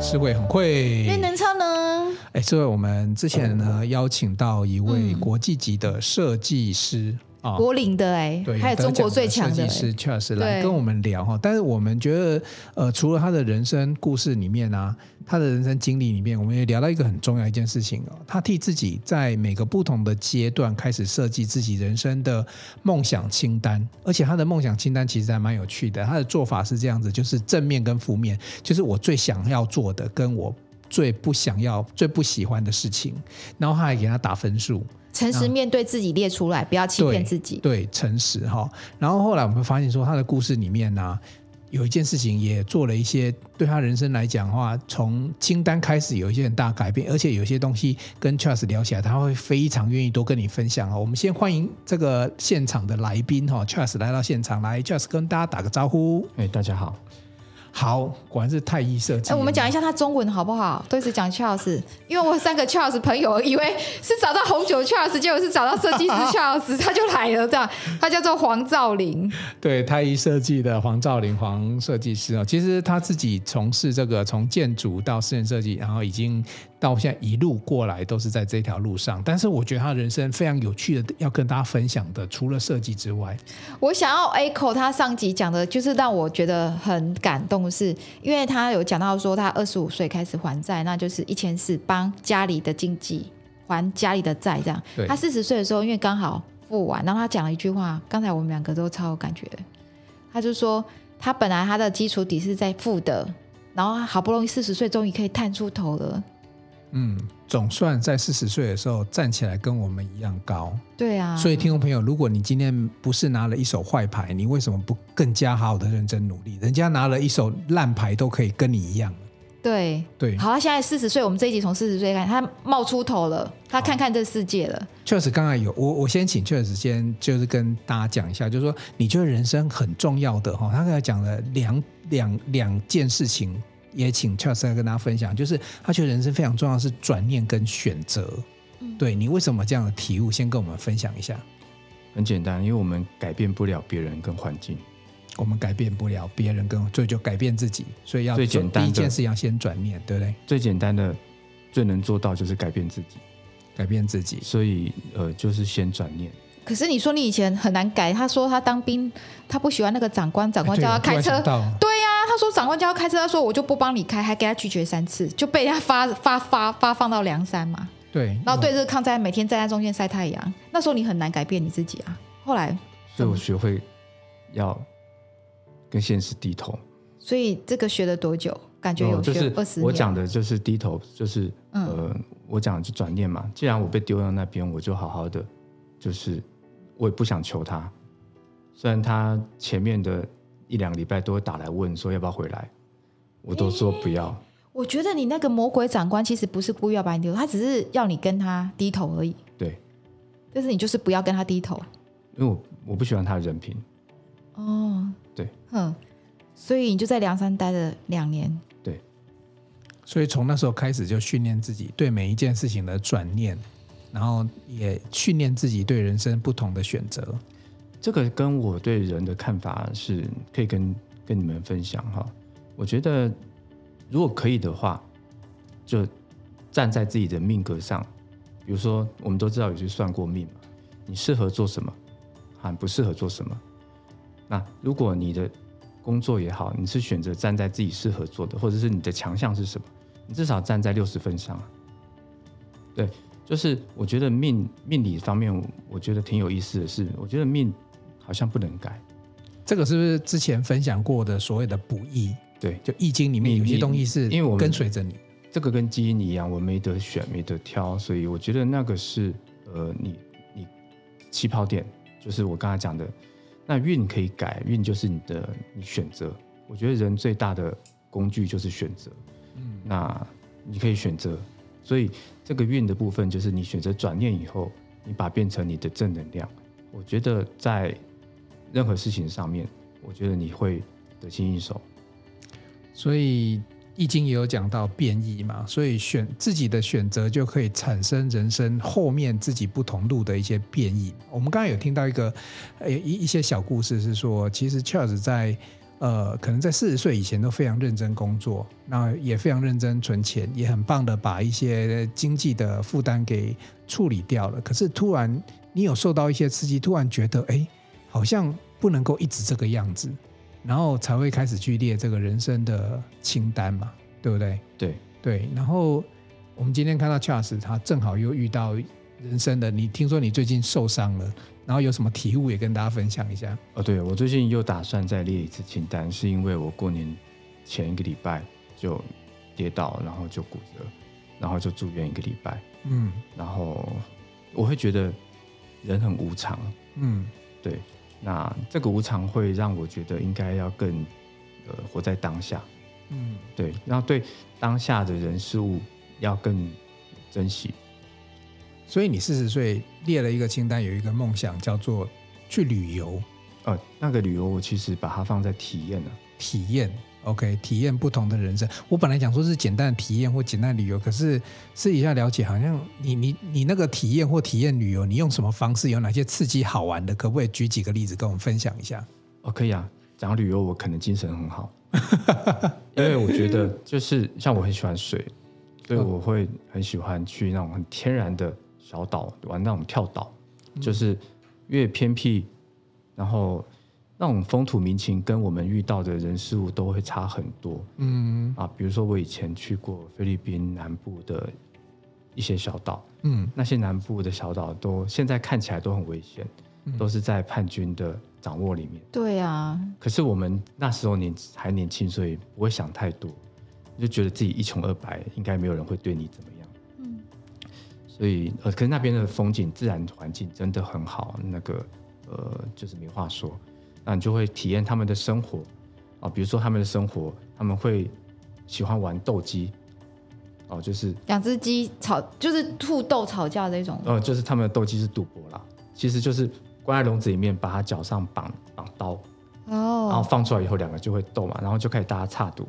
思维很会。越南哎超呢？哎，这位我们之前呢邀请到一位国际级的设计师啊，柏林的哎、对，还有中国最强设计的、欸，师 Charles 来对跟我们聊哈。但是我们觉得，呃，除了他的人生故事里面啊，他的人生经历里面，我们也聊到一个很重要一件事情哦，他替自己在每个不同的阶段开始设计自己人生的梦想清单，而且他的梦想清单其实还蛮有趣的。他的做法是这样子，就是正面跟负面，就是我最想要做的跟我。最不想要、最不喜欢的事情，然后他还给他打分数，诚实面对自己列出来，不要欺对骗自己。对，诚实哈、然后后来我们发现说，他的故事里面呢、有一件事情也做了一些对他人生来讲的话，从清单开始有一些很大改变，而且有些东西跟 Charles 聊起来，他会非常愿意多跟你分享哦。我们先欢迎这个现场的来宾哈、c h a r l e s 来到现场来，Charles 跟大家打个招呼。哎、大家好，好，果然是太医设计。哎、我们讲一下他中文好不好？都一直讲 Charles，因为我有三个 Charles 朋友，以为是找到红酒 Charles，结果是找到设计师 Charles，他就来了，这样，他叫做黄兆林。对太一设计的黄兆林黄设计师哦，其实他自己从事这个从建筑到私人设计，然后已经到现在一路过来都是在这条路上。但是我觉得他人生非常有趣的，要跟大家分享的，除了设计之外，我想要 echo 他上集讲的，就是让我觉得很感动的是，因为他有讲到说他二十五岁开始还债，那就是一千四，帮家里的经济还家里的债这样对。他四十岁的时候，因为刚好付完，然后他讲了一句话，刚才我们两个都超有感觉的，他就说他本来他的基础底是在负的，然后他好不容易四十岁终于可以探出头了，嗯，总算在四十岁的时候站起来跟我们一样高。对啊，所以，听众朋友，如果你今天不是拿了一手坏牌，你为什么不更加好好的认真努力？人家拿了一手烂牌都可以跟你一样。对。对，好，他现在四十岁，我们这一集从四十岁看，他冒出头了，他看看这世界了。确实，刚才有我，我先请确实先就是跟大家讲一下，就是说你觉得人生很重要的哈、他刚才讲了两两两件事情，也请确实来跟大家分享，就是他觉得人生非常重要的是转念跟选择。嗯对你为什么这样的体悟，先跟我们分享一下。很简单，因为我们改变不了别人跟环境，我们改变不了别人跟，所以就改变自己，所以要最简单的第一件事要先转念，对不对？最简单的、最能做到就是改变自己，改变自己，所以呃，就是先转念。可是你说你以前很难改，他说他当兵，他不喜欢那个长官，长官叫他开车哎对我突然想。到对呀、他说长官叫他开车，他说我就不帮你开，还给他拒绝三次，就被他发发发发放到梁山嘛。对，然后对这个抗战，每天站在中间晒太嗯阳。那时候你很难改变你自己啊。后来，所以我学会要跟现实低头。哦所以这个学了多久？感觉有嗯就学是二十年。我讲的就是低头，就是、嗯呃，我讲的就转念嘛。既然我被丢到那边，我就好好的，就是我也不想求他。虽然他前面的一两个礼拜都会打来问说要不要回来，我都说不要。我觉得你那个魔鬼长官其实不是故意要把你丢，他只是要你跟他低头而已。对，但是你就是不要跟他低头。因为我我不喜欢他的人品。哦，对，哼，所以你就在梁山待了两年。对，所以从那时候开始就训练自己对每一件事情的转念，然后也训练自己对人生不同的选择。这个跟我对人的看法是可以跟跟你们分享哈。我觉得如果可以的话，就站在自己的命格上，比如说我们都知道有去算过命嘛，你适合做什么，很不适合做什么。那如果你的工作也好，你是选择站在自己适合做的，或者是你的强项是什么，你至少站在六十分上啊。对，就是我觉得命命理方面，我我觉得挺有意思的是，我觉得命好像不能改。这个是不是之前分享过的所谓的不易？对，就《易经》里面你有些你东西是因为我们跟随着你，这个跟基因一样，我没得选，没得挑，所以我觉得那个是呃，你你起跑点就是我刚才讲的，那运可以改，运就是你的你选择。我觉得人最大的工具就是选择，嗯，那你可以选择，所以这个运的部分就是你选择转念以后，你把它变成你的正能量。我觉得在任何事情上面，我觉得你会得心应手。所以《易经》也有讲到变易嘛，所以选自己的选择就可以产生人生后面自己不同路的一些变异。我们刚刚有听到一个呃一一些小故事，是说其实 Charles 在呃，可能在四十岁以前都非常认真工作，那也非常认真存钱，也很棒的把一些经济的负担给处理掉了。可是突然你有受到一些刺激，突然觉得哎，好像不能够一直这个样子，然后才会开始去列这个人生的清单嘛，对不对？对，对，然后我们今天看到 Charles 他正好又遇到人生的，你听说你最近受伤了，然后有什么体悟也跟大家分享一下。哦，对，我最近又打算再列一次清单，是因为我过年前一个礼拜就跌倒，然后就骨折，然后就住院一个礼拜，嗯然后我会觉得人很无常，嗯对，那这个无常会让我觉得应该要更呃活在当下，嗯对，然后对当下的人事物要更珍惜，所以你四十岁列了一个清单，有一个梦想叫做去旅游呃，那个旅游我其实把它放在体验了，啊体验。OK，体验不同的人生。我本来想说是简单的体验或简单的旅游，可是私底下了解，好像你你你那个体验或体验旅游，你用什么方式，有哪些刺激好玩的，可不可以举几个例子跟我们分享一下？哦，可以啊。讲到旅游，我可能精神很好，因为我觉得就是像我很喜欢水，所以我会很喜欢去那种很天然的小岛玩那种跳岛，就是越偏僻，然后那种风土民情跟我们遇到的人事物都会差很多嗯啊。比如说我以前去过菲律宾南部的一些小岛，嗯那些南部的小岛都现在看起来都很危险，都是在叛军的掌握里面。对啊，可是我们那时候年还年轻，所以不会想太多，就觉得自己一穷二白，应该没有人会对你怎么样。嗯，所以呃，可是那边的风景、自然环境真的很好，那个呃，就是没话说。那你就会体验他们的生活啊、比如说他们的生活，他们会喜欢玩斗鸡，哦、就是两只鸡吵就是互斗吵架这种，呃，就是他们的斗鸡是赌博啦，其实就是关在笼子里面，把它脚上绑绑刀，然后哦，放出来以后，两个就会斗嘛，然后就开始大家插赌。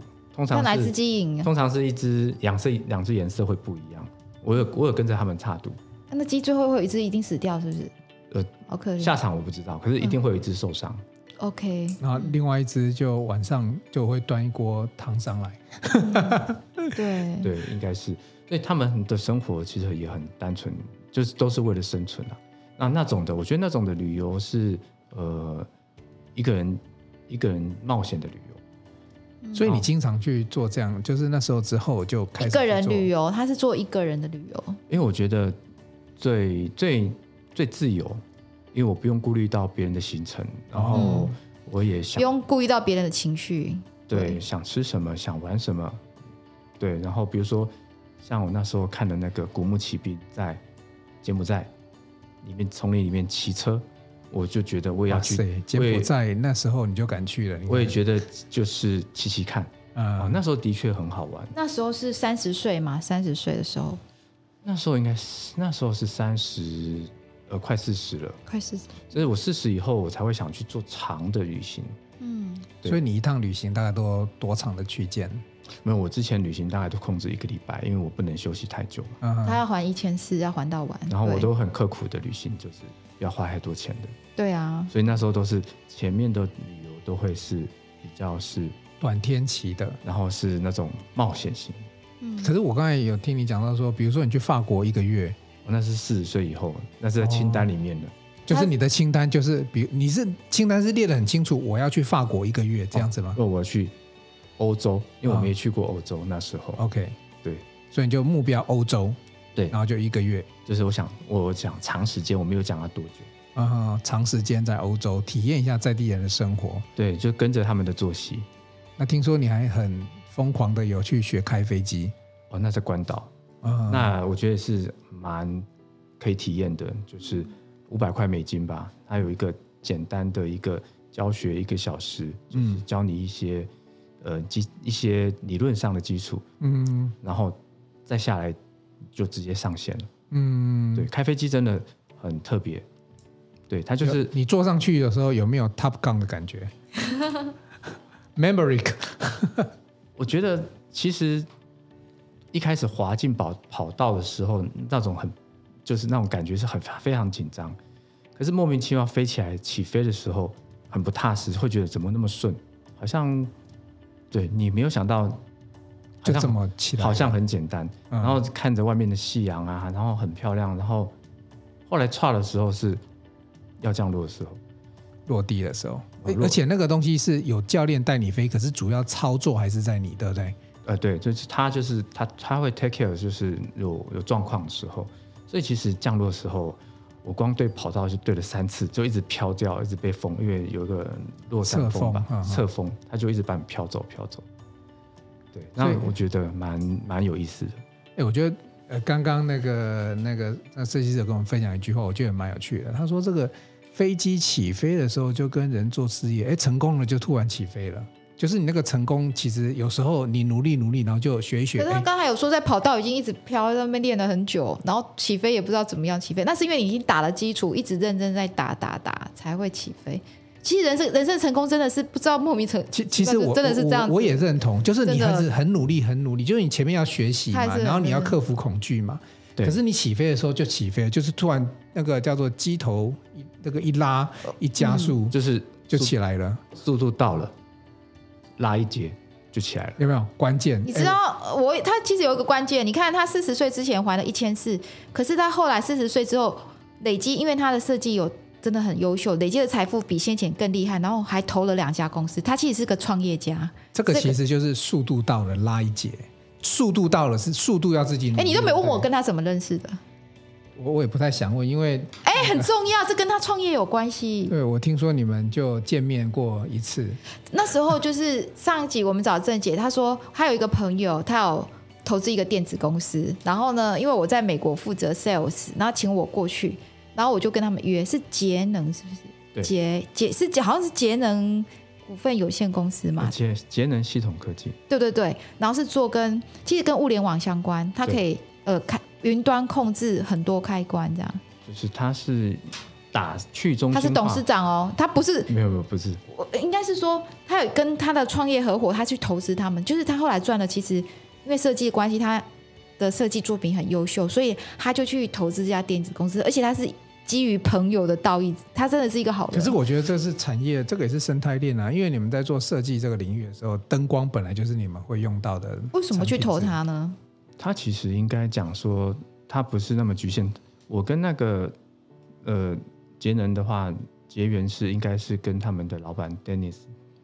那通常哪一是只鸡赢啊？通常是一只两色两只颜色会不一样。我有我有跟着他们插赌，那鸡最后会有一只一定死掉，是不是？呃，好可下怜。场我不知道，可是一定会有一只受伤。 OK，然后另外一只就晚上就会端一锅汤上来。对，对，应该是。所以他们的生活其实也很单纯，就是都是为了生存啊。那那种的，我觉得那种的旅游是呃一个人一个人冒险的旅游。嗯所以你经常去做这样，就是那时候之后就开始一个人旅游。游，他是做一个人的旅游，因为我觉得最最最自由，因为我不用顾虑到别人的行程，然后嗯我也不想用顾虑到别人的情绪。对，想吃什么，想玩什么，对。然后比如说，像我那时候看的那个《古墓奇兵》在柬埔寨里面丛林里面骑车，我就觉得我也要哇去塞，，柬我埔也寨那时候你就敢去了，你看我也觉得就是骑骑看啊、啊，那时候的确很好玩。那时候是三十岁嘛，三十岁的时候，那时候应该是那时候是三十，呃，快四十了。快四十，就是我四十以后，我才会想去做长的旅行。嗯，对所以你一趟旅行大概都多长的区间？没有，我之前旅行大概都控制一个礼拜，因为我不能休息太久嘛。他啊，要还一千四，要还到完。然后我对都很刻苦的旅行，就是不要花太多钱的。对 啊，所以那时候都是前面的旅游都会是比较是，短天期的。然后是那种冒险型。嗯，可是我刚才有听你讲到说，比如说你去法国一个月，我哦那是四十岁以后，那是在清单里面的。就是你的清单就是，比如你是清单是列得很清楚，我要去法国一个月这样子吗因为我去欧洲，因为我啊没去过欧洲，那时候、 ？OK，对所以你就目标欧洲，对然，后就一个月，就是我想我讲长时间，我没有讲要多久。啊，长时间在欧洲体验一下在地人的生活。对，就跟着他们的作息。那听说你还很疯狂的有去学开飞机，哦，那在关岛，啊，那我觉得是蛮可以体验的，就是五百块美金吧，它有一个简单的一个教学一个小时，就是嗯教你一些呃基一些理论上的基础，嗯然后再下来就直接上线了。嗯，对，，开飞机真的很特别，对，它就是你坐上去的时候有没有 Top Gun 的感觉？Maverick，我觉得其实一开始滑进跑跑道的时候，那种很就是那种感觉是很非常紧张，可是莫名其妙飞起来起飞的时候很不踏实，会觉得怎么那么顺，好像对你没有想到，好就像这么起来了，好像很简单。嗯然后看着外面的夕阳啊，然后很漂亮。然后后来差的时候是要降落的时候，落地的时候，哦哎诶落而且那个东西是有教练带你飞，可是主要操作还是在你，对不对？呃，对，就是他就是他他会 take care，就是有有状况的时候。所以其实降落的时候，我光对跑道就对了三次，就一直飘掉，一直被风，因为有一个落山风吧侧风嗯嗯，侧风，它就一直把你飘走飘走。对，那所以我觉得蛮蛮有意思的。哎，我觉得呃，刚刚那个那个那设计者跟我们分享一句话，我觉得蛮有趣的。他说这个飞机起飞的时候就跟人做事业，哎，成功了就突然起飞了。就是你那个成功，其实有时候你努力努力，然后就学一学，可是他哎，刚才有说，在跑道已经一直飘，在那边练了很久，然后起飞也不知道怎么样起飞。那是因为你已经打了基础，一直认真在打打打才会起飞。其实人生人生成功真的是不知道莫名成，其其实那是我真的是这样子我，我也认同，就是你真还的是很努力，很努力，就是你前面要学习他嘛，还是然后你要嗯克服恐惧嘛。对可是你起飞的时候就起飞了，就是突然那个叫做机头一那个一拉一嗯加速就是就速起来了，速度到了，拉一节就起来了。有没有？关键你知哎道，呃我他其实有一个关键，你看他四十岁之前还了一千四，可是他后来四十岁之后累积，因为他的设计有真的很优秀，累积的财富比先前更厉害，然后还投了两家公司，他其实是个创业家。哎这个这个其实就是速度到了拉一节，速度到了是速度要自己努力。哎，你都没问我对跟他怎么认识的，我我也不太想问，因为哎，很重要，这跟他创业有关系。对我听说你们就见面过一次，那时候就是上一集我们找郑姐，她说她有一个朋友，她有投资一个电子公司，然后呢，因为我在美国负责 sales，然后请我过去，然后我就跟他们约是节能是不对是？节节是节好像是节能股份有限公司嘛，节节能系统科技，对对对，然后是做跟其实跟物联网相关，它可以呃开云端控制很多开关这样。就是它是打去中心他化，是董事长哦，他不是没有没有不是，我呃应该是说，他有跟他的创业合伙，他去投资他们，就是他后来赚了，其实因为设计的关系，他的设计作品很优秀，所以他就去投资这家电子公司，而且他是基于朋友的道义，他真的是一个好人。可是我觉得这是产业，这个也是生态链啊。因为你们在做设计这个领域的时候，灯光本来就是你们会用到的。为什么去投？他呢？他其实应该讲说，他不是那么局限。我跟那个呃节能的话，结缘是应该是跟他们的老板 Dennis，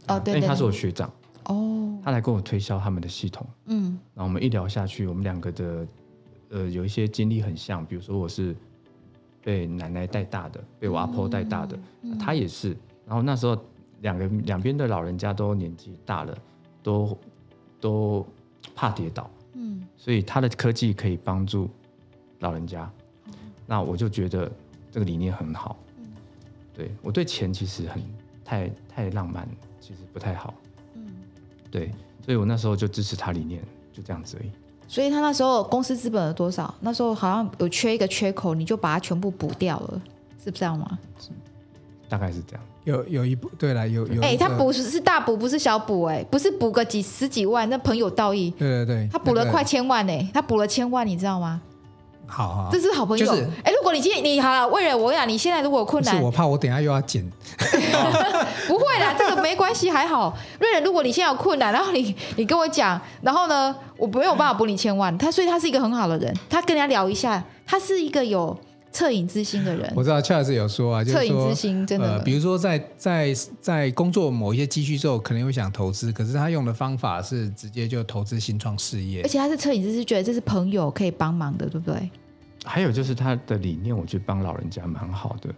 哦，啊因对为对，他是对我学长，哦，他来跟我推销他们的系统。嗯，然后我们一聊下去，我们两个的呃有一些经历很像，比如说我是被奶奶带大的，被我阿婆带大的，嗯他也是。然后那时候两个两边的老人家都年纪大了，都都怕跌倒，嗯，所以他的科技可以帮助老人家。那我就觉得这个理念很好。对我对钱其实很太太浪漫，其实不太好。对，所以我那时候就支持他理念，就这样子而已。所以他那时候公司资本有多少？那时候好像有缺一个缺口，你就把它全部补掉了，是不是这样吗？大概是这样。有有一部对了，有有哎、一他个补是是大补，不是小补，哎，不是补个几十几万，那朋友道义。对对对，他补了那个快千万呢、他补了千万，你知道吗？好好这。是好朋友。啊就哎、是如果你今天你好了，为了我呀，你现在如果有困不是难，嗯我怕我等一下又要剪，不会啦，这个没关系，还好。瑞仁，如果你现在有困难，然后你你跟我讲，然后呢，我没有办法补你千万，他所以他是一个很好的人，他跟人家聊一下，他是一个有恻隐之心的人我，知道 Charles 有说啊，就恻是隐说之心真的。呃，比如说在在在工作某一些积蓄之后，可能会想投资，可是他用的方法是直接就投资新创事业而。且他是恻隐之心，觉得这是朋友可以帮忙的，对不对？还有就是他的理念，我觉得帮老人家蛮好的。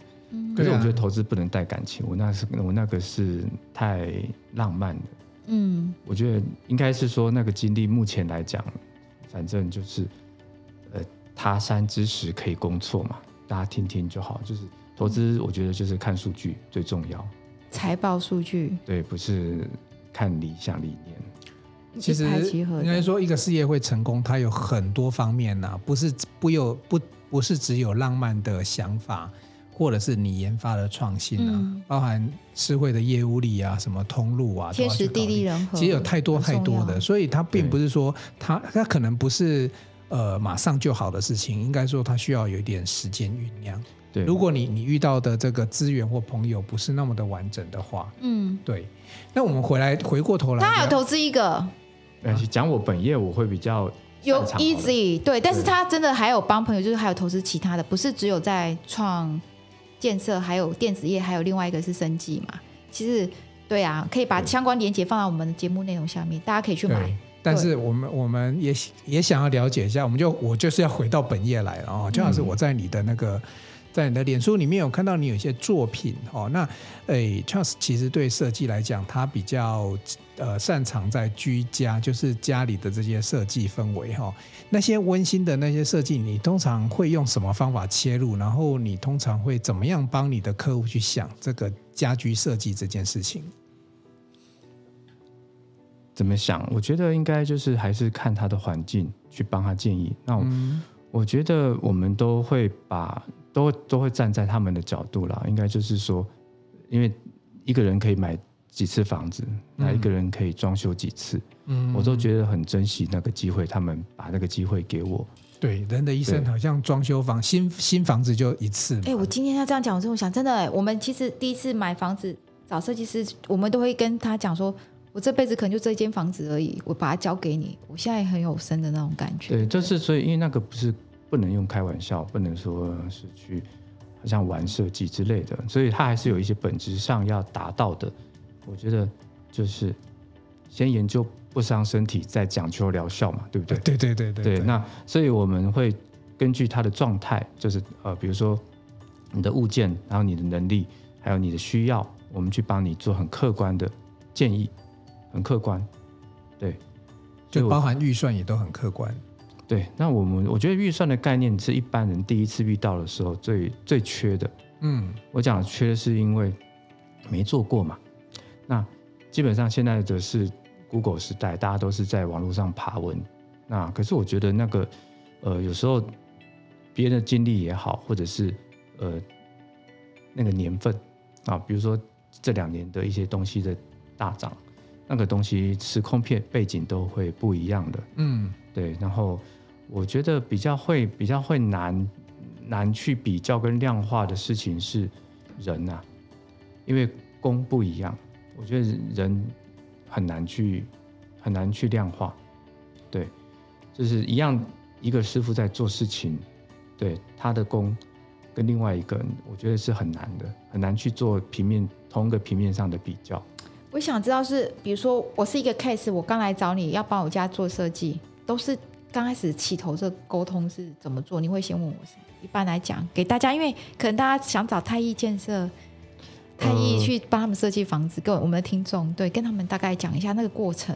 可是对啊我觉得投资不能带感情，我那是我那个是太浪漫的。嗯，我觉得应该是说那个经历，目前来讲，反正就是呃，他山之石可以攻错嘛，大家听听就好。就是投资，我觉得就是看数据最重要，财报数据对，不是看理想理念。其实一拍即合应的该说，一个事业会成功，它有很多方面呐、不是不有不不是只有浪漫的想法，或者是你研发的创新啊，嗯包含社会的业务力啊，什么通路啊，天都要去时考地利虑人和，其实有太多很太重多要的，所以它并对不是说它它可能不是呃马上就好的事情，应该说它需要有一点时间酝酿。对，如果你你遇到的这个资源或朋友不是那么的完整的话，嗯，对，那我们回来回过头来聊，他还有投资一个呃讲我本业我会比较有擅长好了 easy 对，但是他真的还有帮朋友，就是还有投资其他的，不是只有在创建设，还有电子业，还有另外一个是生计嘛。其实对啊，可以把对相关连接放到我们的节目内容下面，大家可以去买对。，但是我们我们也也想要了解一下，我们就我就是要回到本业来了哦，就像是我在你的那个。在你的脸书里面有看到你有一些作品哦，那诶，Charles 其实对设计来讲，他比较呃擅长在居家，就是家里的这些设计氛围哈、哦。那些温馨的那些设计，你通常会用什么方法切入？然后你通常会怎么样帮你的客户去想这个家居设计这件事情？怎么想？我觉得应该就是还是看他的环境去帮他建议。那我、我觉得我们都会把都都会站在他们的角度啦，应该就是说，因为一个人可以买几次房子，那一个人可以装修几次，嗯我都觉得很珍惜那个机会，他们把那个机会给我。对，人的一生对好像装修房新新房子就一次嘛。哎、我今天要这样讲，我这么想，真的、哎，我们其实第一次买房子找设计师，我们都会跟他讲说，我这辈子可能就这间房子而已，我把它交给你，我现在很有深的那种感觉。对，就是所以，因为那个不是不能用开玩笑，不能说是去好像玩设计之类的，所以它还是有一些本质上要达到的。我觉得就是先研究不伤身体，再讲求疗效嘛，对不对？对对对对对，那所以我们会根据它的状态，就是呃，比如说你的物件，然后你的能力，还有你的需要，我们去帮你做很客观的建议，很客观。对，就我包含预算也都很客观。对，那我们我觉得预算的概念是一般人第一次遇到的时候最最缺的。嗯，我讲的缺是因为没做过嘛。那基本上现在的是 Google 时代，大家都是在网络上爬文。那可是我觉得那个呃，有时候别人的经历也好，或者是呃那个年份啊，比如说这两年的一些东西的大涨，那个东西时空片背景都会不一样的。嗯，对，然后我觉得比较会比较会难难去比较跟量化的事情是人呐、因为功不一样，我觉得人很难去很难去量化。对，就是一样一个师傅在做事情，对他的功跟另外一个人，我觉得是很难的，很难去做平面同一个平面上的比较。我想知道是，比如说我是一个 case，我刚来找你要帮我家做设计，都是刚开始起头这个沟通是怎么做？你会先问我什么？一般来讲，给大家，因为可能大家想找太艺建设。太艺呃去帮他们设计房子，跟我们的听众对，跟他们大概讲一下那个过程。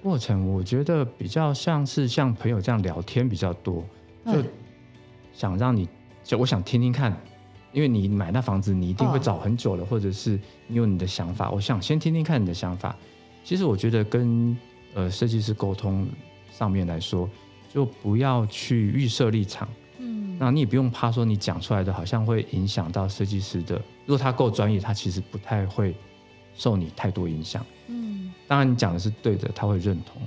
过程我觉得比较像是像朋友这样聊天比较多，就嗯想让你，就我想听听看，因为你买那房子，你一定会哦找很久了，或者是你有你的想法，我想先听听看你的想法。其实我觉得跟呃设计师沟通上面来说，就不要去预设立场，嗯，那你也不用怕说你讲出来的好像会影响到设计师的，如果他够专业，他其实不太会受你太多影响。嗯，当然你讲的是对的，他会认同。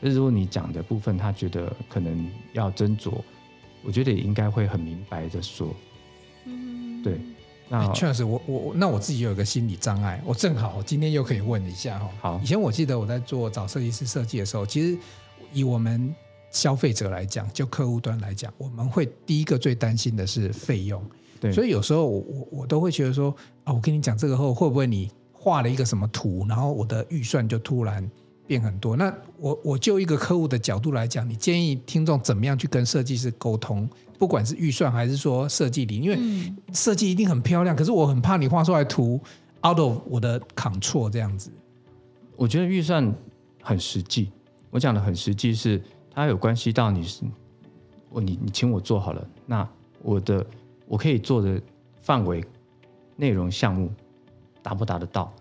但是如果你讲的部分，他觉得可能要斟酌，我觉得也应该会很明白的说。嗯对，那哎确实，我我我那我自己有一个心理障碍，我正好我今天又可以问一下哈、哦。好以前我记得我在做找设计师设计的时候，其实以我们消费者来讲，就客户端来讲，我们会第一个最担心的是费用。对，所以以有时候我我我都会觉得说啊，我跟你讲这个后，会不会你画了一个什么图，然后我的预算就突然变很多？那我我就一个客户的角度来讲，你建议听众怎么样去跟设计师沟通，不管是预算还是说设计理，因为嗯设计一定很漂亮，可是我很怕你画出来的图 out of 我的 control 这样子。我觉得预算很实际。我讲的很实际是，它有关系到你是，我你你请我做好了，那我的我可以做的范围、内容、项目达不达得到？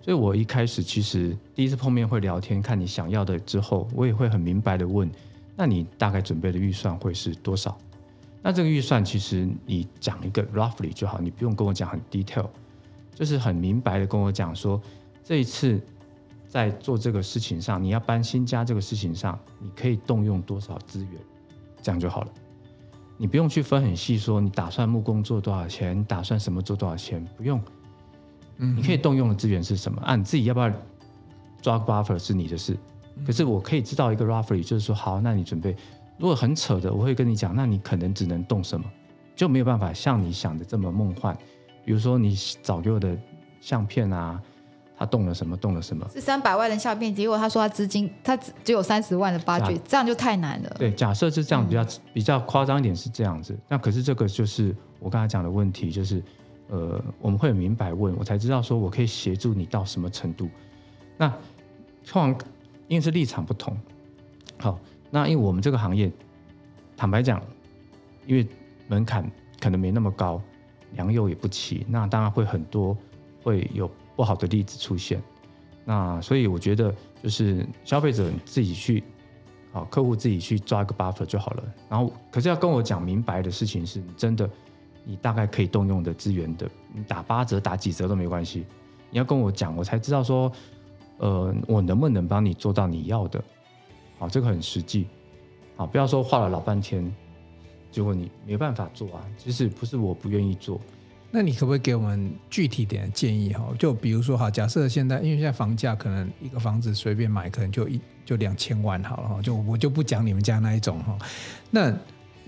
所以我一开始其实第一次碰面会聊天，看你想要的之后，我也会很明白的问，那你大概准备的预算会是多少？那这个预算其实你讲一个 roughly 就好，你不用跟我讲很 detail，就是很明白的跟我讲说，这一次在做这个事情上，你要搬新家这个事情上，你可以动用多少资源，这样就好了。你不用去分很细，说你打算木工做多少钱，你打算什么做多少钱，不用。嗯你可以动用的资源是什么啊？你自己要不要抓 buffer 是你的事，可是我可以知道一个 roughly，就是说好，那你准备，如果很扯的，我会跟你讲，那你可能只能动什么，就没有办法像你想的这么梦幻。比如说你找给我的相片啊，它动了什么，动了什么，是三百万的相片，结果他说他资金他只只有三十万的八是局啊，这样就太难了。对，假设是这样比较、比较夸张一点是这样子，那可是这个就是我刚才讲的问题，就是呃，我们会很明白问，我才知道说我可以协助你到什么程度。那通常因为是立场不同，好，那因为我们这个行业，坦白讲，因为门槛可能没那么高，良莠也不齐，那当然会很多会有不好的例子出现。那所以我觉得就是消费者自己去，好客户自己去抓一个 buffer 就好了。然后可是要跟我讲明白的事情是，你真的你大概可以动用的资源的，你打八折打几折都没关系。你要跟我讲，我才知道说，呃，我能不能帮你做到你要的。好，这个很实际。好，不要说画了老半天，结果你没办法做啊。其实不是我不愿意做，那你可不可以给我们具体点的建议哈？就比如说哈，假设现在因为现在房价可能一个房子随便买可能就一就两千万好了哈，就我就不讲你们家那一种哈。那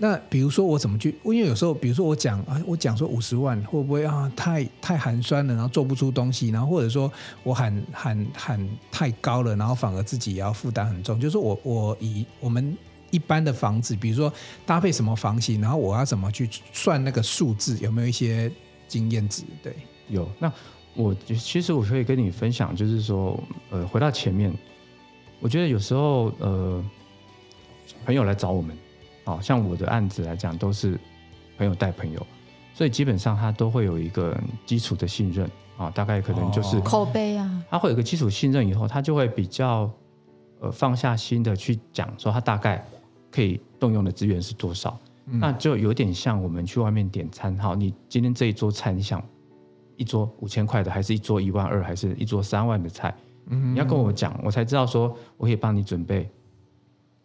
那比如说我怎么去？因为有时候比如说我讲啊，我讲说五十万会不会啊太太寒酸了，然后做不出东西，然后或者说我喊喊喊太高了，然后反而自己也要负担很重。就是我我以我们一般的房子，比如说搭配什么房型，然后我要怎么去算那个数字，有没有一些经验值？对，有，那我就其实我可以跟你分享，就是说，呃，回到前面，我觉得有时候，呃，朋友来找我们，好、像我的案子来讲，都是朋友带朋友，所以基本上他都会有一个基础的信任啊、大概可能就是、哦口碑啊，他会有一个基础信任以后，他就会比较呃放下心的去讲说他大概可以动用的资源是多少，嗯那就有点像我们去外面点餐，好，你今天这一桌菜，你想一桌五千块的，还是一桌一万二，还是一桌三万的菜？嗯你要跟我讲，我才知道说我可以帮你准备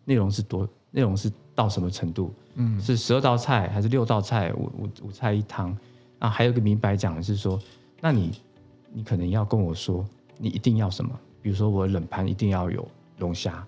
内容是多，内容是到什么程度？嗯是十二道菜还是六道菜？五五五菜一汤？啊，还有一个明白讲的是说，那你你可能要跟我说，你一定要什么？比如说我冷盘一定要有龙虾，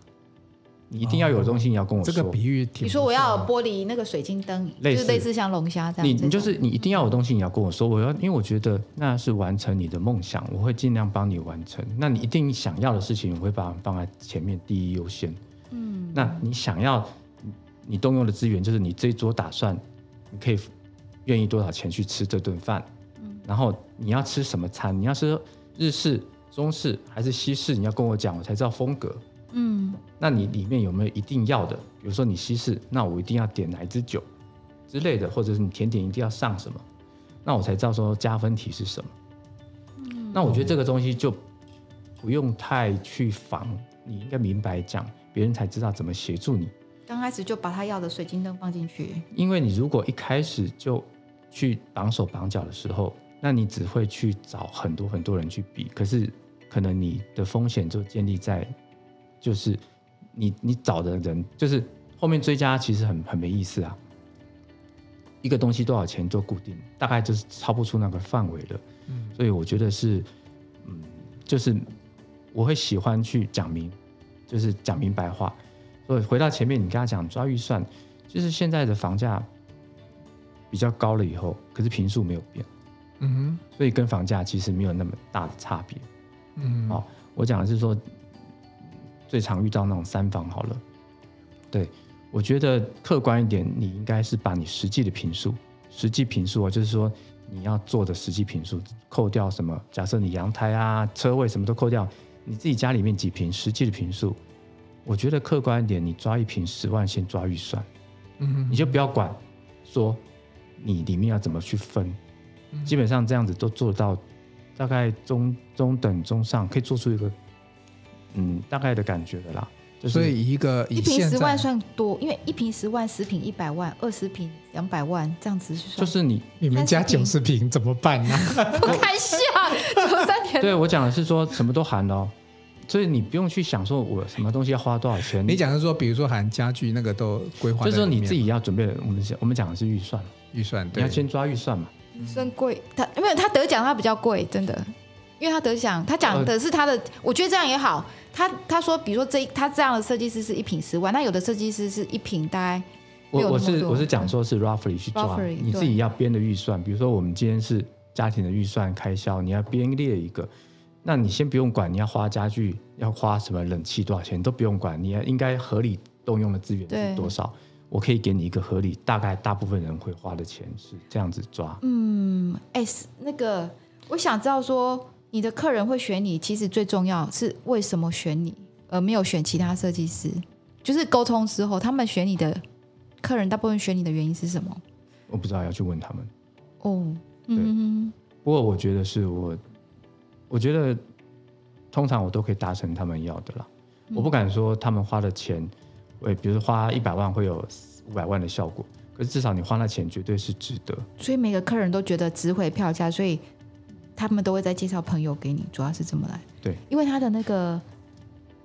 你一定要有东西，你要跟我这说。个比喻挺不错的，你说我要有玻璃那个水晶灯，就啊类是似类似像龙虾这样，你这种你就是你一定要有东西，你要跟我说，我要，因为我觉得那是完成你的梦想，我会尽量帮你完成。那你一定想要的事情，我会把它放在前面第一优先。嗯，那你想要你你动用的资源，就是你这一桌打算，你可以愿意多少钱去吃这顿饭，嗯然后你要吃什么餐，你要吃日式、中式还是西式，你要跟我讲，我才知道风格。嗯那你里面有没有一定要的？比如说你西式，那我一定要点哪一支酒之类的，或者是你甜点一定要上什么，那我才知道说加分题是什么。那我觉得这个东西就不用太去防，你应该明白讲，别人才知道怎么协助你。刚开始就把他要的水晶灯放进去，因为你如果一开始就去绑手绑脚的时候，那你只会去找很多很多人去比，可是可能你的风险就建立在，就是你你找的人，就是后面追加其实很很没意思啊。一个东西多少钱做固定，啊大概就是超不出那个范围了。嗯所以我觉得是，嗯，就是我会喜欢去讲明，就是讲明白话。所以回到前面，你跟他讲抓预算，就是现在的房价比较高了以后，可是平数没有变，嗯所以跟房价其实没有那么大的差别。哼嗯好我讲的是说，最常遇到那种三房好了，对我觉得客观一点，你应该是把你实际的平数，实际平数啊，就是说你要做的实际平数，扣掉什么？假设你阳台啊、车位什么都扣掉，你自己家里面几平实际的平数，我觉得客观一点，你抓一平十万先抓预算，嗯哼你就不要管说你里面要怎么去分，嗯基本上这样子都做到大概中中等中上，可以做出一个嗯大概的感觉的啦。就是、所以以一个以一瓶现十万在算多，因为一瓶十万，十瓶一百万，二十瓶两百万，这样子去就算，是你你们家九十平怎么办呢、 不开笑，九三点对我讲的是说什么都含了哦，所以你不用去想说我什么东西要花多少钱，你讲是说，比如说含家具那个都规划就在是里面，说你自己要准备，我们我们讲的是预算，预算，你对要，先抓预算嘛。算贵，他没有他得奖，他比较贵，真的，因为他得奖，他讲的是他的，我觉得这样也好。他他说，比如说这一他这样的设计师是一瓶十万，那有的设计师是一瓶大概没我有我那么是多我是讲说是 roughly 去抓 Roughly，你自己要编的预算，比如说我们今天是家庭的预算开销，你要编列一个，那你先不用管你要花家具要花什么冷气多少钱都不用管，你要应该合理动用的资源对是多少，我可以给你一个合理大概大部分人会花的钱是这样子抓，嗯，哎，是那个我想知道说，你的客人会选你，其实最重要是为什么选你，而没有选其他设计师，就是沟通之后，他们选你的客人大部分选你的原因是什么？我不知道要去问他们。哦，嗯，不过我觉得是我，我觉得通常我都可以达成他们要的啦。我不敢说他们花的钱，会比如说花一百万会有五百万的效果，可是至少你花那钱绝对是值得。所以每个客人都觉得值回票价，所以他们都会再介绍朋友给你，主要是这么来。对，因为他的那个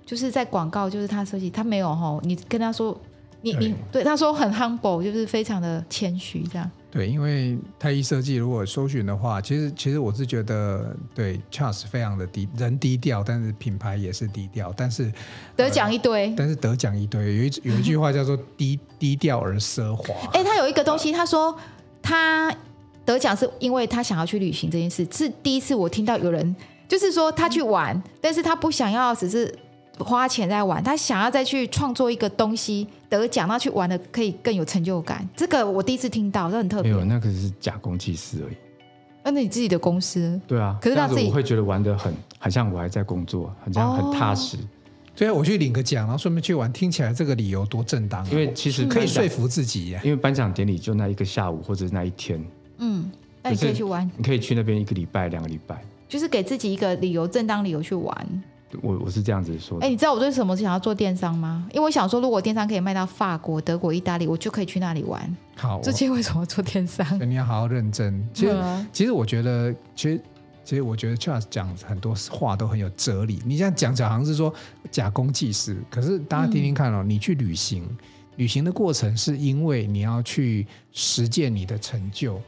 就是在广告，就是他设计，他没有吼，你跟他说，你你对他说很 humble，就是非常的谦虚这样。对，因为太医设计如果搜寻的话，其实其实我是觉得，对 Charles 非常的低，人低调，但是品牌也是低调，但是呃得奖一堆。但是得奖一堆，有一有一句话叫 做低低调而奢华。哎、他有一个东西，他说他得奖是因为他想要去旅行这件事，是第一次我听到有人就是说他去玩，但是他不想要只是花钱在玩，他想要再去创作一个东西，得奖那去玩的可以更有成就感。这个我第一次听到，这很特没别。有，那个是假公济私而已。啊那你自己的公司，对啊，可是这他样自子己哦我会觉得玩的很，很像我还在工作，很像很踏实。对啊，我去领个奖，然后顺便去玩，听起来这个理由多正当啊、因为其实可以颁奖说，服自己耶。因为颁奖典礼就那一个下午或者那一天，嗯，那你可以去玩，你可以去那边一个礼拜、两个礼拜。就是给自己一个理由，正当理由去玩。我我是这样子说的哎、。你知道我为什么想要做电商吗？因为我想说，如果电商可以卖到法国、德国、意大利，我就可以去那里玩。好，这就是为什么做电商。我你要好好认真。其实、嗯对啊其实我觉得，其实其实我觉得 Charles 讲很多话都很有哲理。你这样讲讲好像是说假公济私，可是大家听听看哦，嗯你去旅行，旅行的过程是因为你要去实践你的成就。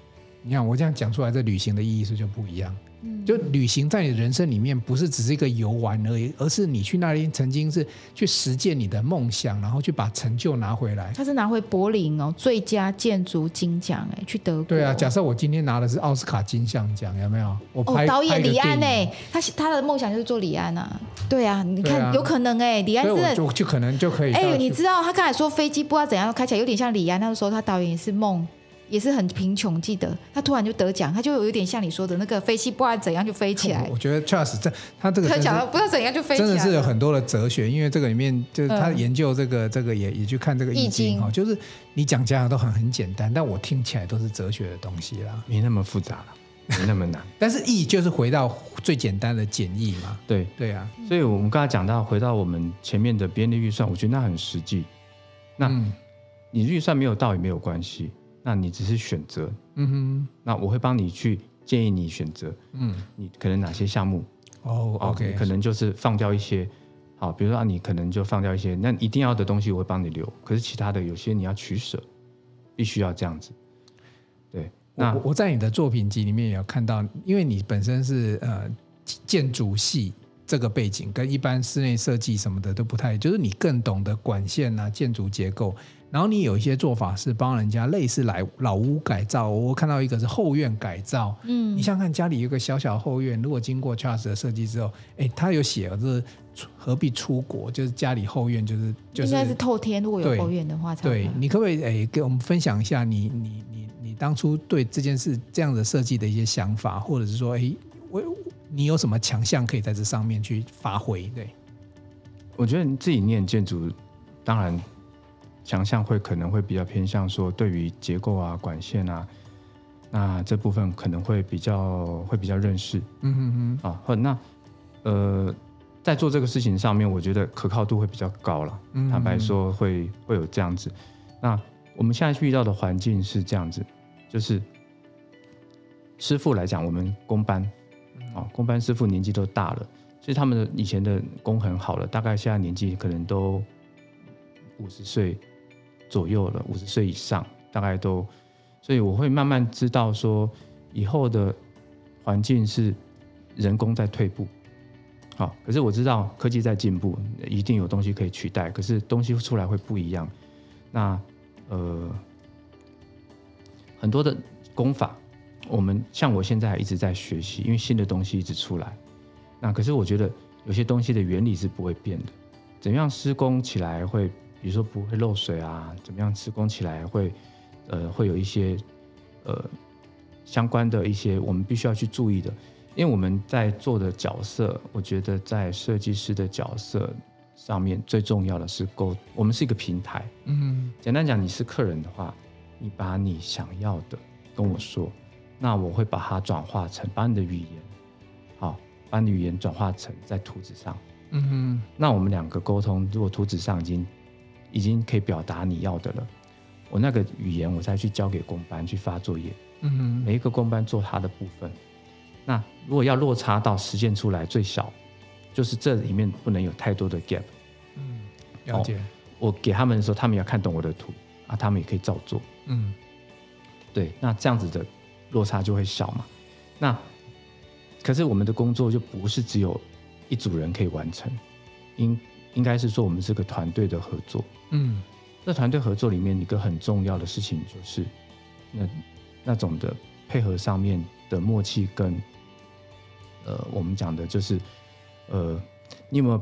你看我这样讲出来，这旅行的意义是就不一样。嗯就旅行在你的人生里面，不是只是一个游玩而已，而是你去那里曾经是去实践你的梦想，然后去把成就拿回来。他是拿回柏林哦最佳建筑金奖哎，去德国。对啊，假设我今天拿的是奥斯卡金像奖，有没有？我哦拍、，导演李安呢、哎，他他的梦想就是做李安啊。对啊，你对看、啊有可能哎，李安所以真我的就就可能就可以到哎、去。你知道他刚才说飞机不知道怎样开起来，有点像李安那个时候，他导演也是梦，也是很贫穷，记得他突然就得奖，他就有点像你说的那个飞机不知道怎样就飞起来我，我觉得 Charles 这他这个他真讲到是不知道怎样就飞起真来的了，是有很多的哲学，因为这个里面就是他嗯研究这个、这个也也去看这个易易经经哦，就是你讲讲的都很很简单，但我听起来都是哲学的东西啦。没那么复杂了，没那么难。但是易就是回到最简单的简易嘛，对，对啊，所以我们刚才讲到，回到我们前面的编列预算，我觉得那很实际。那嗯你预算没有到也没有关系，那你只是选择，嗯那我会帮你去建议你选择，哼嗯你可能哪些项目哦哦你，OK，可能就是放掉一些，好，比如说啊，你可能就放掉一些，那一定要的东西我会帮你留，可是其他的有些你要取舍，必须要这样子。对，那我我在你的作品集里面也有看到，因为你本身是呃建筑系这个背景，跟一般室内设计什么的都不太，就是你更懂得管线啊、建筑结构，然后你有一些做法是帮人家类似来老屋改造，我看到一个是后院改造。嗯你想想看，家里有个小小后院，如果经过 Charles 的设计之后，哎，他有写哦，这是何必出国？就是家里后院就是就是应该是透天，如果有对后院的话才对有，你可不可以诶、给我们分享一下你你你你当初对这件事这样的设计的一些想法，或者是说，诶、我你有什么强项可以在这上面去发挥？对，我觉得你自己念建筑，当然强项会可能会比较偏向说对于结构啊、管线啊，那这部分可能会比较会比较认识嗯哼哼，啊。或那呃，在做这个事情上面，我觉得可靠度会比较高了。嗯坦白，说会会有这样子。那我们现在遇到的环境是这样子，就是师傅来讲，我们工班，哦，工班师傅年纪都大了，所以他们的以前的功很好了，大概现在年纪可能都五十岁左右了，五十岁以上大概都，所以我会慢慢知道说以后的环境是人工在退步。好，可是我知道科技在进步，一定有东西可以取代，可是东西出来会不一样。那呃，很多的功法，我们像我现在还一直在学习，因为新的东西一直出来。那可是我觉得有些东西的原理是不会变的，怎么样施工起来会，比如说不会漏水啊，怎么样施工起来会，呃，会有一些呃相关的一些我们必须要去注意的，因为我们在做的角色，我觉得在设计师的角色上面最重要的是沟，我们是一个平台，嗯简单讲，你是客人的话，你把你想要的跟我说，那我会把它转化成把你的语言，好，把你的语言转化成在图纸上。嗯那我们两个沟通，如果图纸上已经已经可以表达你要的了，我那个语言我再去交给工班去发作业，嗯每一个工班做它的部分。那如果要落差到实践出来最小，就是这里面不能有太多的 gap。嗯，了解，我给他们的时候，他们要看懂我的图啊，他们也可以照做。嗯对，那这样子的落差就会小嘛。那可是我们的工作就不是只有一组人可以完成，应应该是说我们是个团队的合作。嗯这团队合作里面一个很重要的事情就是，那那种的配合上面的默契跟，呃，我们讲的就是，呃，你有没有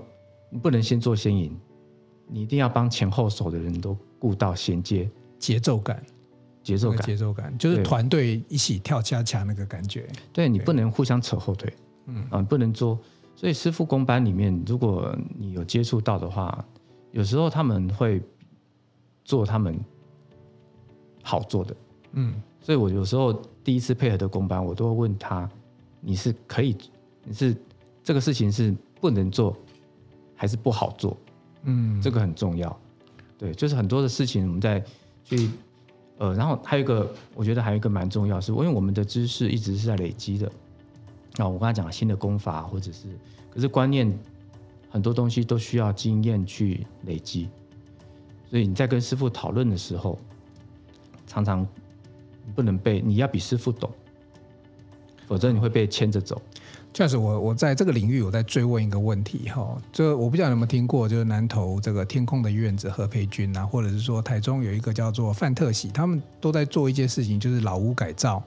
你不能先做先赢，你一定要帮前后手的人都顾到衔接节奏感，节奏那个感节，奏感就是对团队一起跳恰恰那个感觉，对你对不能互相扯后腿。嗯啊，不能做。所以师傅工班里面，如果你有接触到的话，有时候他们会做他们好做的。嗯所以我有时候第一次配合的工班，我都会问他：你是可以，你是这个事情是不能做，还是不好做？嗯，这个很重要。对，就是很多的事情我们在去呃，然后还有一个，我觉得还有一个蛮重要的是，因为我们的知识一直是在累积的。啊，我刚才讲新的功法，或者是，可是观念很多东西都需要经验去累积，所以你在跟师傅讨论的时候，常常不能被你要比师傅懂，否则你会被牵着走。确实，我我在这个领域有在追问一个问题哈，就我不知道你有没有听过，就是南投这个天空的院子何培军啊，或者是说台中有一个叫做范特喜，他们都在做一件事情，就是老屋改造。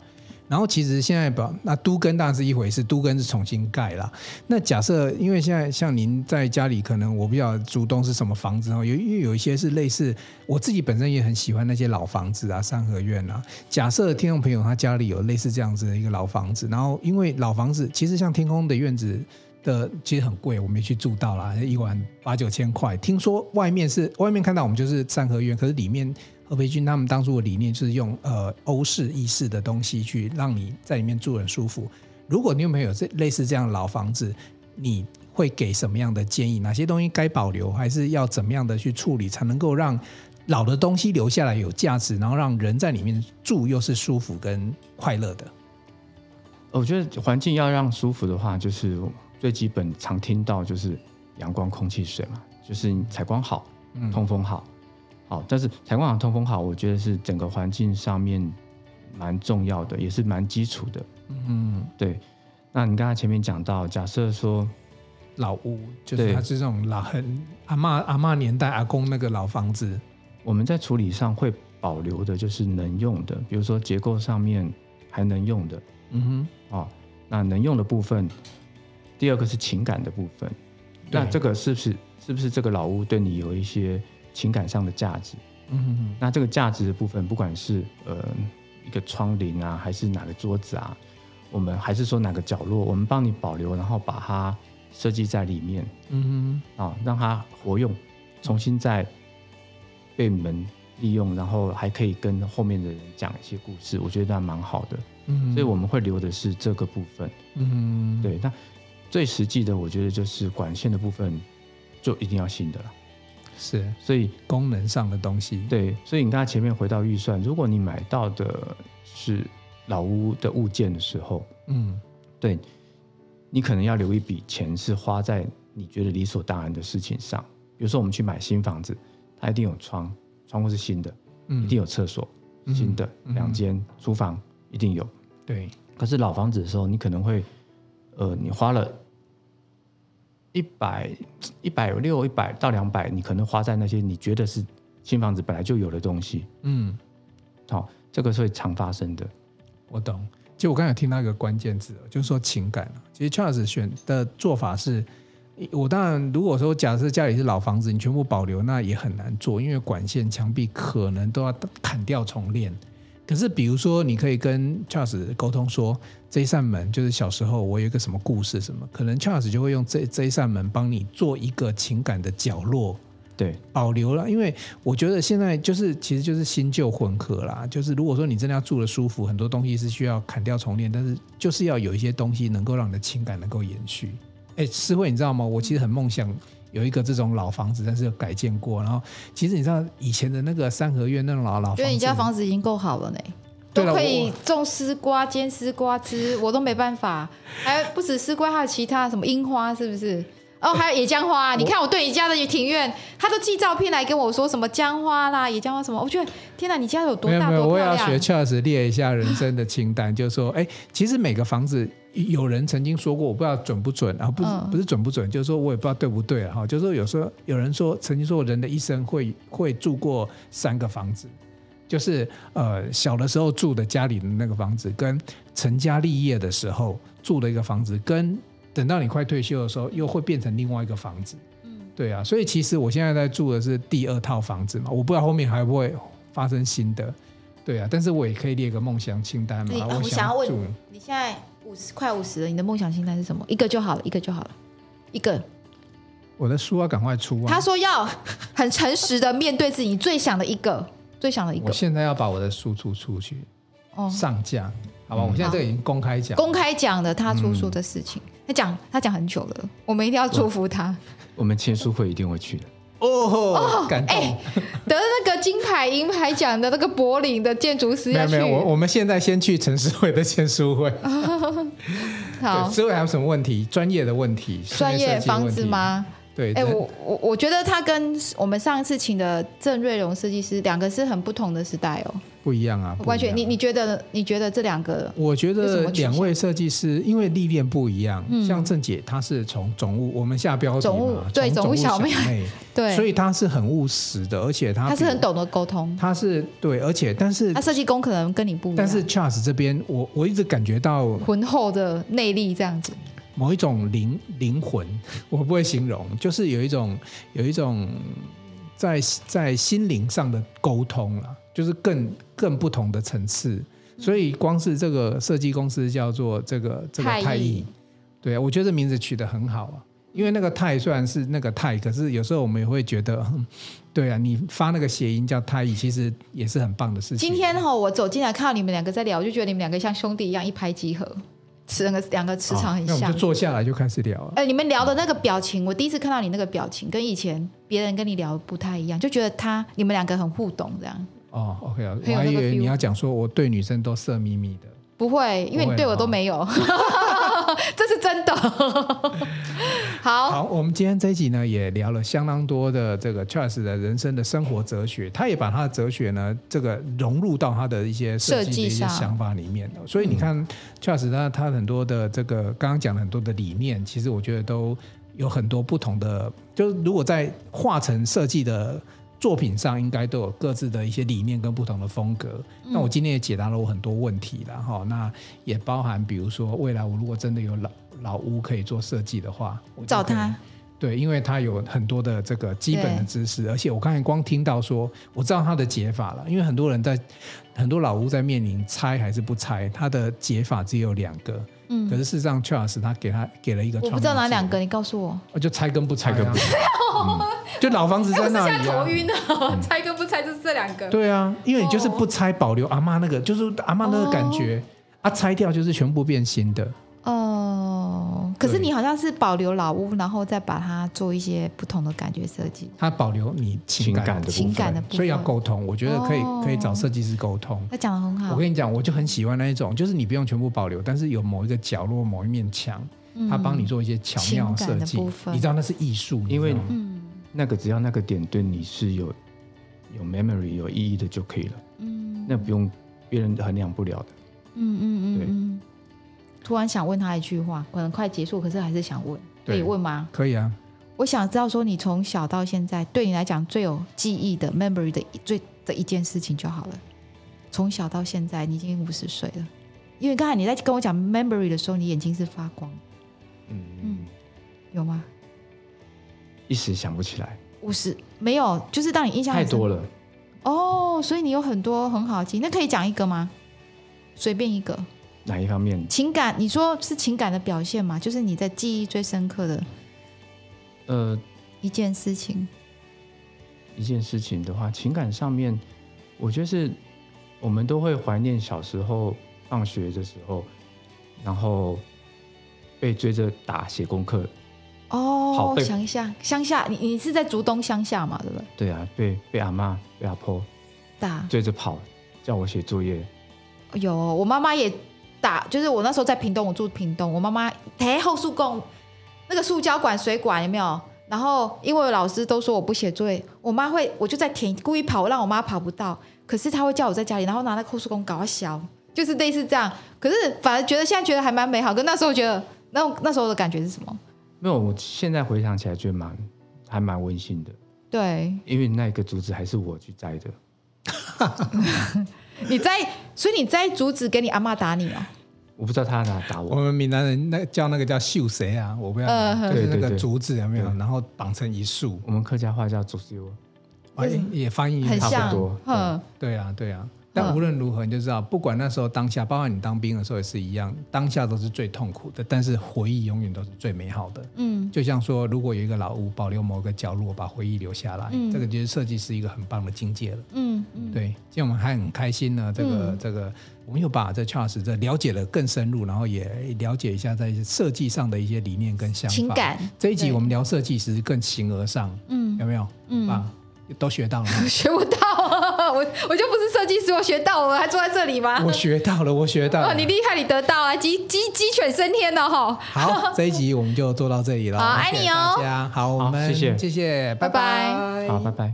然后其实现在把那都更当然是一回事，都更是重新盖啦。那假设因为现在像您在家里，可能我不知道竹东是什么房子哦，有因为有一些是类似我自己本身也很喜欢那些老房子啊，三合院啊，假设听众朋友他家里有类似这样子的一个老房子，然后因为老房子其实像天空的院子的其实很贵，我没去住到啦，一晚八九千块。听说外面是外面看到我们就是三合院，可是里面何培军他们当初的理念就是用呃欧式意式的东西去让你在里面住得很舒服。如果你有没有这类似这样的老房子，你会给什么样的建议？哪些东西该保留，还是要怎么样的去处理，才能够让老的东西留下来有价值，然后让人在里面住又是舒服跟快乐的？我觉得环境要让舒服的话，就是最基本常听到就是阳光、空气、水嘛，就是你采光好，嗯通风好，好。但是采光好、通风好，我觉得是整个环境上面蛮重要的，也是蛮基础的。嗯，对，那你刚才前面讲到，假设说老屋就是对它是这种老很阿嬷阿嬷年代阿公那个老房子，我们在处理上会保留的，就是能用的，比如说结构上面还能用的，嗯哦，那能用的部分，第二个是情感的部分。对那这个是不是是不是这个老屋对你有一些情感上的价值？哼，嗯那这个价值的部分，不管是呃一个窗帘啊，还是哪个桌子啊，我们还是说哪个角落，我们帮你保留，然后把它设计在里面哼，嗯啊、让它活用，重新再被你们利用，然后还可以跟后面的人讲一些故事，我觉得那蛮好的。哼，嗯所以我们会留的是这个部分。嗯，对，那最实际的，我觉得就是管线的部分，就一定要新的了。是所以，功能上的东西，对，所以你刚才前面回到预算，如果你买到的是老屋的物件的时候，嗯对，你可能要留一笔钱是花在你觉得理所当然的事情上。比如说，我们去买新房子，它一定有窗，窗户是新的，嗯一定有厕所，嗯新的嗯两间厨房一定有。对，可是老房子的时候，你可能会，呃，你花了一百、一百六、一百到两百，你可能花在那些你觉得是新房子本来就有的东西。嗯，好、这个是会常发生的。我懂。就我刚才有听到一个关键字，就是说情感啊其实 Charles 选的做法是，我当然如果说假设家里是老房子，你全部保留，那也很难做，因为管线、墙壁可能都要砍掉重练。可是比如说，你可以跟 Charles 沟通说，这一扇门就是小时候我有一个什么故事什么，可能 Charles 就会用这这一扇门帮你做一个情感的角落，对，保留了，因为我觉得现在就是其实就是新旧混合啦。就是如果说你真的要住的舒服，很多东西是需要砍掉重练，但是就是要有一些东西能够让你的情感能够延续。哎，诗慧，你知道吗？我其实很梦想有一个这种老房子，但是有改建过。然后其实你知道以前的那个三合院那种啊老老房子，觉得你家房子已经够好了呢，对都了可以我种丝瓜、煎丝瓜汁，我都没办法。还有不止丝瓜，还有其他什么樱花，是不是？哦，还有野姜花、你看我对你家的庭院，他都寄照片来跟我说什么姜花啦、野姜花什么，我觉得天哪，你家有多没有大没有，多我也漂要学亮？ Charles 列一下人生的清单， 就是说，哎，其实每个房子有人曾经说过，我不知道准不准啊，不是、嗯不是准不准，就是说我也不知道对不对啊，哈，就是说有时候有人说曾经说人的一生会会住过三个房子，就是呃小的时候住的家里的那个房子，跟成家立业的时候住的一个房子，跟等到你快退休的时候又会变成另外一个房子。对啊，所以其实我现在在住的是第二套房子嘛，我不知道后面还会不会发生新的。对啊，但是我也可以列个梦想清单嘛对，啊，我我想要问住你，你现在五十快五十了，你的梦想清单是什么？一个就好了，一个就好了，一个。我的书要赶快出啊！他说要很诚实的面对自己，你最想的一个，最想的一我个。现在要把我的书出出去哦，嗯上架，好吧？我现在这个已经公开讲，公开讲的他出书的事情，嗯他讲他讲很久了，我们一定要祝福他。我们签书会一定会去的。哦，感动。哎得那个金牌银牌奖的那个柏林的建筑师没要有去没，有，我我们现在先去陈思 慧的签书会。好对，思慧还有什么问题？专业的问题，室内专业设计的房问子题？吗？对，哎、人我我我觉得他跟我们上次请的郑瑞荣设计师两个是很不同的时代哦，不一样啊，不一样完全你你觉得你觉得这两个我觉有什得么取向两位设计师因为历练不一样，嗯像郑姐她是从总务，我们下标题总务嘛对从总总务小小妹 对，所以她是很务实的，而且她他是比很，懂得沟通，她是对，而且但是他设计工可能跟你不一样，但是 Charles 这边，我我一直感觉到浑厚的内力这样子，某一种灵灵魂， 我不会形容，就是有一种有一种在在心灵上的沟通啦，就是更更不同的层次。所以光是这个设计公司叫做这个这个太太艺艺，对啊，我觉得这名字取得很好啊。因为那个太虽然是那个太，可是有时候我们也会觉得，哼对啊，你发那个谐音叫太艺，其实也是很棒的事情。 今天哈、我走进来看到你们两个在聊，我就觉得你们两个像兄弟一样一拍即合，磁两个两个磁场好很哦那我们像就。坐下来就开始聊了。呃，你们聊的那个表情，我第一次看到你那个表情，跟以前别人跟你聊不太一样，就觉得他你们两个很互动这样。哦，OK 啊，很我有还那以个为 feel 你要讲说我对女生都色眯眯的。不会，因为不会你啊对我哈都 没有，这是真的。好，好，我们今天这一集呢，也聊了相当多的这个 Charles 的人生的生活哲学，他也把他的哲学呢，这个融入到他的一些设计的一设计些上想法里面。嗯所以你看、Charles 他他很多的这个刚刚讲的很多的理念，其实我觉得都有很多不同的，就是如果在化成设计的。作品上应该都有各自的一些理念跟不同的风格。嗯那我今天也解答了我很多问题了哈，那也包含比如说未来我如果真的有老老屋可以做设计的话，我就找可以他。对，因为他有很多的这个基本的对知识，而且我刚才光听到说，我知道他的解法了，因为很多人在很多老屋在面临拆还是不拆，他的解法只有两个。嗯可是事实上，Charles 他给他给了一个，我不知道哪两个，，你告诉我。哦就拆跟不拆、啊，拆跟不拆、就老房子哎，在我是那现里、在啊头。晕了，猜跟不猜就是这两个。对啊，因为你就是哦不拆保留阿妈那个，就是阿妈那个感觉，啊，拆掉就是全部变新的。哦，可是对你好像是保留老屋，然后再把它做一些不同的感觉设计。它保留你情感情感的部分情感的部分所以要沟通。我觉得可以、哦可以找设计师沟通。他讲的很好，我跟你讲，我就很喜欢那一种，就是你不用全部保留，但是有某一个角落、某一面墙，嗯他帮你做一些巧妙情感设的计部，分你知道那是艺术，你因为知道吗嗯那个只要那个点对你是有有 memory 有意义的就可以了，嗯那不用别人衡量不了的。嗯嗯嗯对嗯。突然想问他一句话，可能快结束，可是还是想问，可以对问吗？可以啊，我想知道说，你从小到现在，对你来讲最有记忆的 memory 的一最的一件事情就好了。从小到现在，你已经五十岁了，因为刚才你在跟我讲 memory 的时候，你眼睛是发光，嗯嗯有吗？一时想不起来，五十没有，就是让你印象太很深多了。哦，所以你有很多很好的记忆，那可以讲一个吗？随便一个哪一方面？情感，你说是情感的表现嘛？就是你在记忆最深刻的呃，一件事情。一件事情的话，情感上面，我觉得是我们都会怀念小时候放学的时候，然后被追着打写功课，哦好，对想一下，乡下，你你是在竹东乡下嘛？对不对？对啊，被被阿妈被阿婆打追着跑，叫我写作业，有，我妈妈也打，就是我那时候在屏东，我住屏东，我妈妈抬后树供那个塑胶管、水管有没有？然后因为老师都说我不写作业，我妈会，我就在田故意跑，让我妈跑不到。可是她会叫我在家里，然后拿那个后树工搞她削，就是类似这样。可是反而觉得现在觉得还蛮美好，跟那时候觉得那种那时候的感觉是什么？没有，我现在回想起来觉得蛮还蛮温馨的，对，因为那个竹子还是我去摘的，你在，所以你在阻止给你阿妈打你哦。我不知道他哪打我我，们闽南人那叫那个叫绣谁啊，我不要，嗯就是那对对个对竹子有没有？对然后绑成一束，我们客家话叫竹子哦，哎嗯也翻译很差不多像多，嗯，对啊，对啊。但无论如何，你就知道，不管那时候当下，包括你当兵的时候也是一样，当下都是最痛苦的，但是回忆永远都是最美好的。嗯，就像说，如果有一个老屋保留某个角落，把回忆留下来，嗯这个就是设计师一个很棒的境界了。嗯嗯，对，今天我们还很开心呢。这个、嗯这个，我们又把这 Charles 这了解了更深入，然后也了解一下在设计上的一些理念跟想法。情感这一集对我们聊设计，其实更形而上，嗯有没有？嗯啊，都学到了 吗。 学不到，啊我我就不是设计师，我学到了，还坐在这里吗？我学到了，我学到 哦，了。你厉害，你得到啊，鸡鸡鸡犬升天了哈。好，这一集我们就做到这里了。好爱你哦谢谢大家好，我好们谢谢谢谢，拜拜拜好，拜拜。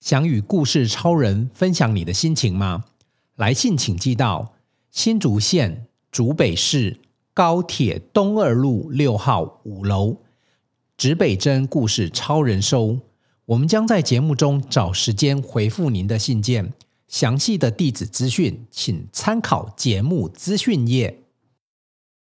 想与故事超人分享你的心情吗？来信请寄到新竹县竹北市高铁东二路六号五楼，指北针故事超人收。我们将在节目中找时间回复您的信件，详细的地址资讯请参考节目资讯页。